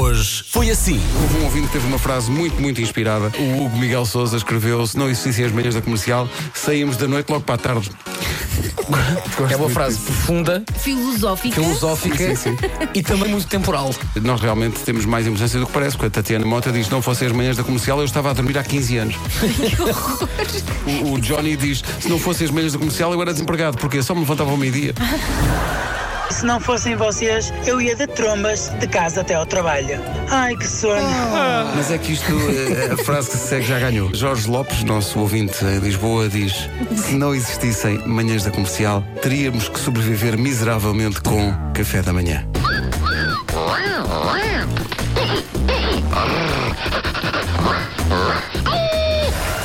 Hoje foi assim. Houve um ouvinte que teve uma frase muito, muito inspirada. O Hugo Miguel Souza escreveu: Se não existissem as manhãs da comercial, saímos da noite logo para a tarde. É uma frase profunda, Filosófica. filosófica e também muito temporal. Nós realmente temos mais emoção do que parece, porque a Tatiana Mota diz: Não fossem as manhãs da comercial, eu estava a dormir há 15 anos. o, o Johnny diz: Se não fossem as manhãs da comercial, eu era desempregado, porque só me levantava ao meio-dia. Se não fossem vocês, eu ia de trombas de casa até ao trabalho. Ai, que sono. Mas é que isto, eh, a frase que se segue já ganhou. Jorge Lopes, nosso ouvinte em Lisboa, diz: Se não existissem manhãs da comercial, teríamos que sobreviver miseravelmente com café da manhã.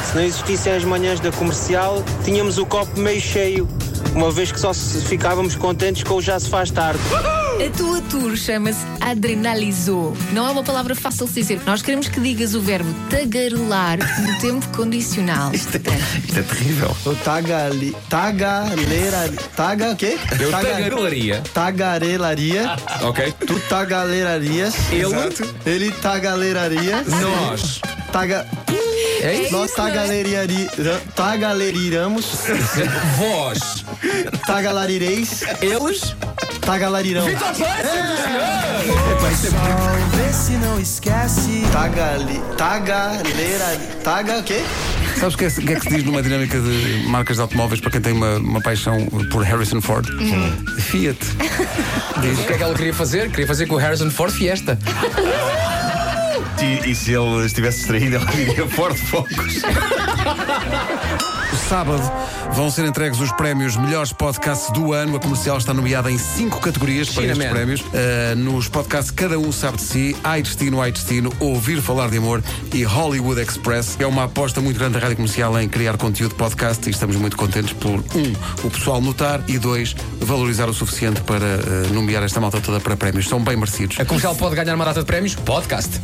Se não existissem as manhãs da comercial, tínhamos o copo meio cheio, uma vez que só se- ficávamos contentes com o já se faz tarde. A tua tour chama-se Adrenalizou. Não é uma palavra fácil de dizer. Nós queremos que digas o verbo tagarelar no tempo condicional. Isto é terrível. Eu tagali, tagaleira, taga o quê? Eu Taga- tagarelaria. Tagarelaria, Ok? tu tagaleirarias, Ele, ele tagaleiraria, nós. taga, É isso? nós tagaleirari, tagaleiriramos, Vós. tagalarireis, Eles. tagalarirão, É. Vê se não esquece. tagali, tagaleira, taga o quê? Sabes o que, é, o que é que se diz numa dinâmica de marcas de automóveis para quem tem uma, uma paixão por Harrison Ford? Uhum. Fiat. Diz o que é que ela queria fazer? Queria fazer com o Harrison Ford Fiesta. E, e se ele estivesse distraído, ele diria Ford Focus. Sábado vão ser entregues os prémios Melhores Podcasts do Ano. A comercial está nomeada em cinco categorias para China, estes man. prémios. Ah, nos podcasts Cada Um Sabe de Si, Ai Destino, Ai Destino, Ouvir Falar de Amor e Hollywood Express. É uma aposta muito grande da Rádio Comercial em criar conteúdo podcast e estamos muito contentes por, um, o pessoal notar e, dois, valorizar o suficiente para ah, nomear esta malta toda para prémios. São bem merecidos. A comercial pode ganhar uma data de prémios? Podcast.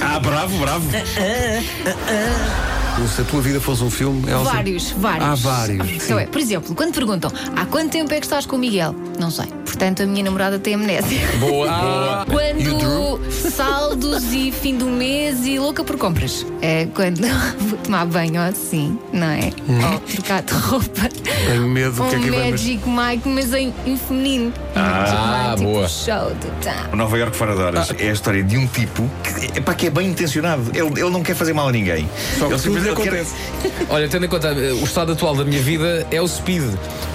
Ah, bravo, bravo. Se a tua vida fosse um filme, Elsa... Vários, vários. Há vários. Então é, por exemplo, quando perguntam há quanto tempo é que estás com o Miguel? Não sei. Portanto, a minha namorada tem amnésia. Boa, boa. E o Quando Drew? saldos e fim do mês e louca por compras. É quando vou tomar banho ou assim, não é? Ou trocar de roupa. Hum. Tenho medo do um que é que vem, mas- Magic Mike, mas em, em feminino. Ah, Magic Mike, boa. Tipo, show de tá. O Nova York fora de horas é a história de um tipo que, epá, que é bem intencionado. Ele, ele não quer fazer mal a ninguém. Só que tudo lhe acontece. Olha, tendo em conta eh, o estado atual da minha vida, é o speed.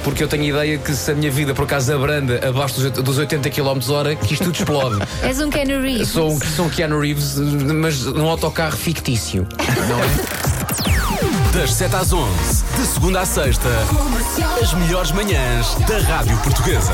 Porque eu tenho a ideia que se a minha vida por acaso abranda abaixo dos oit- dos 80 km hora, que isto tudo explode. És um canary. sou, um- sou um Keanu Reeves, mas num autocarro fictício. Não é? Das 7 às 11, de segunda à sexta, as melhores manhãs da Rádio Portuguesa.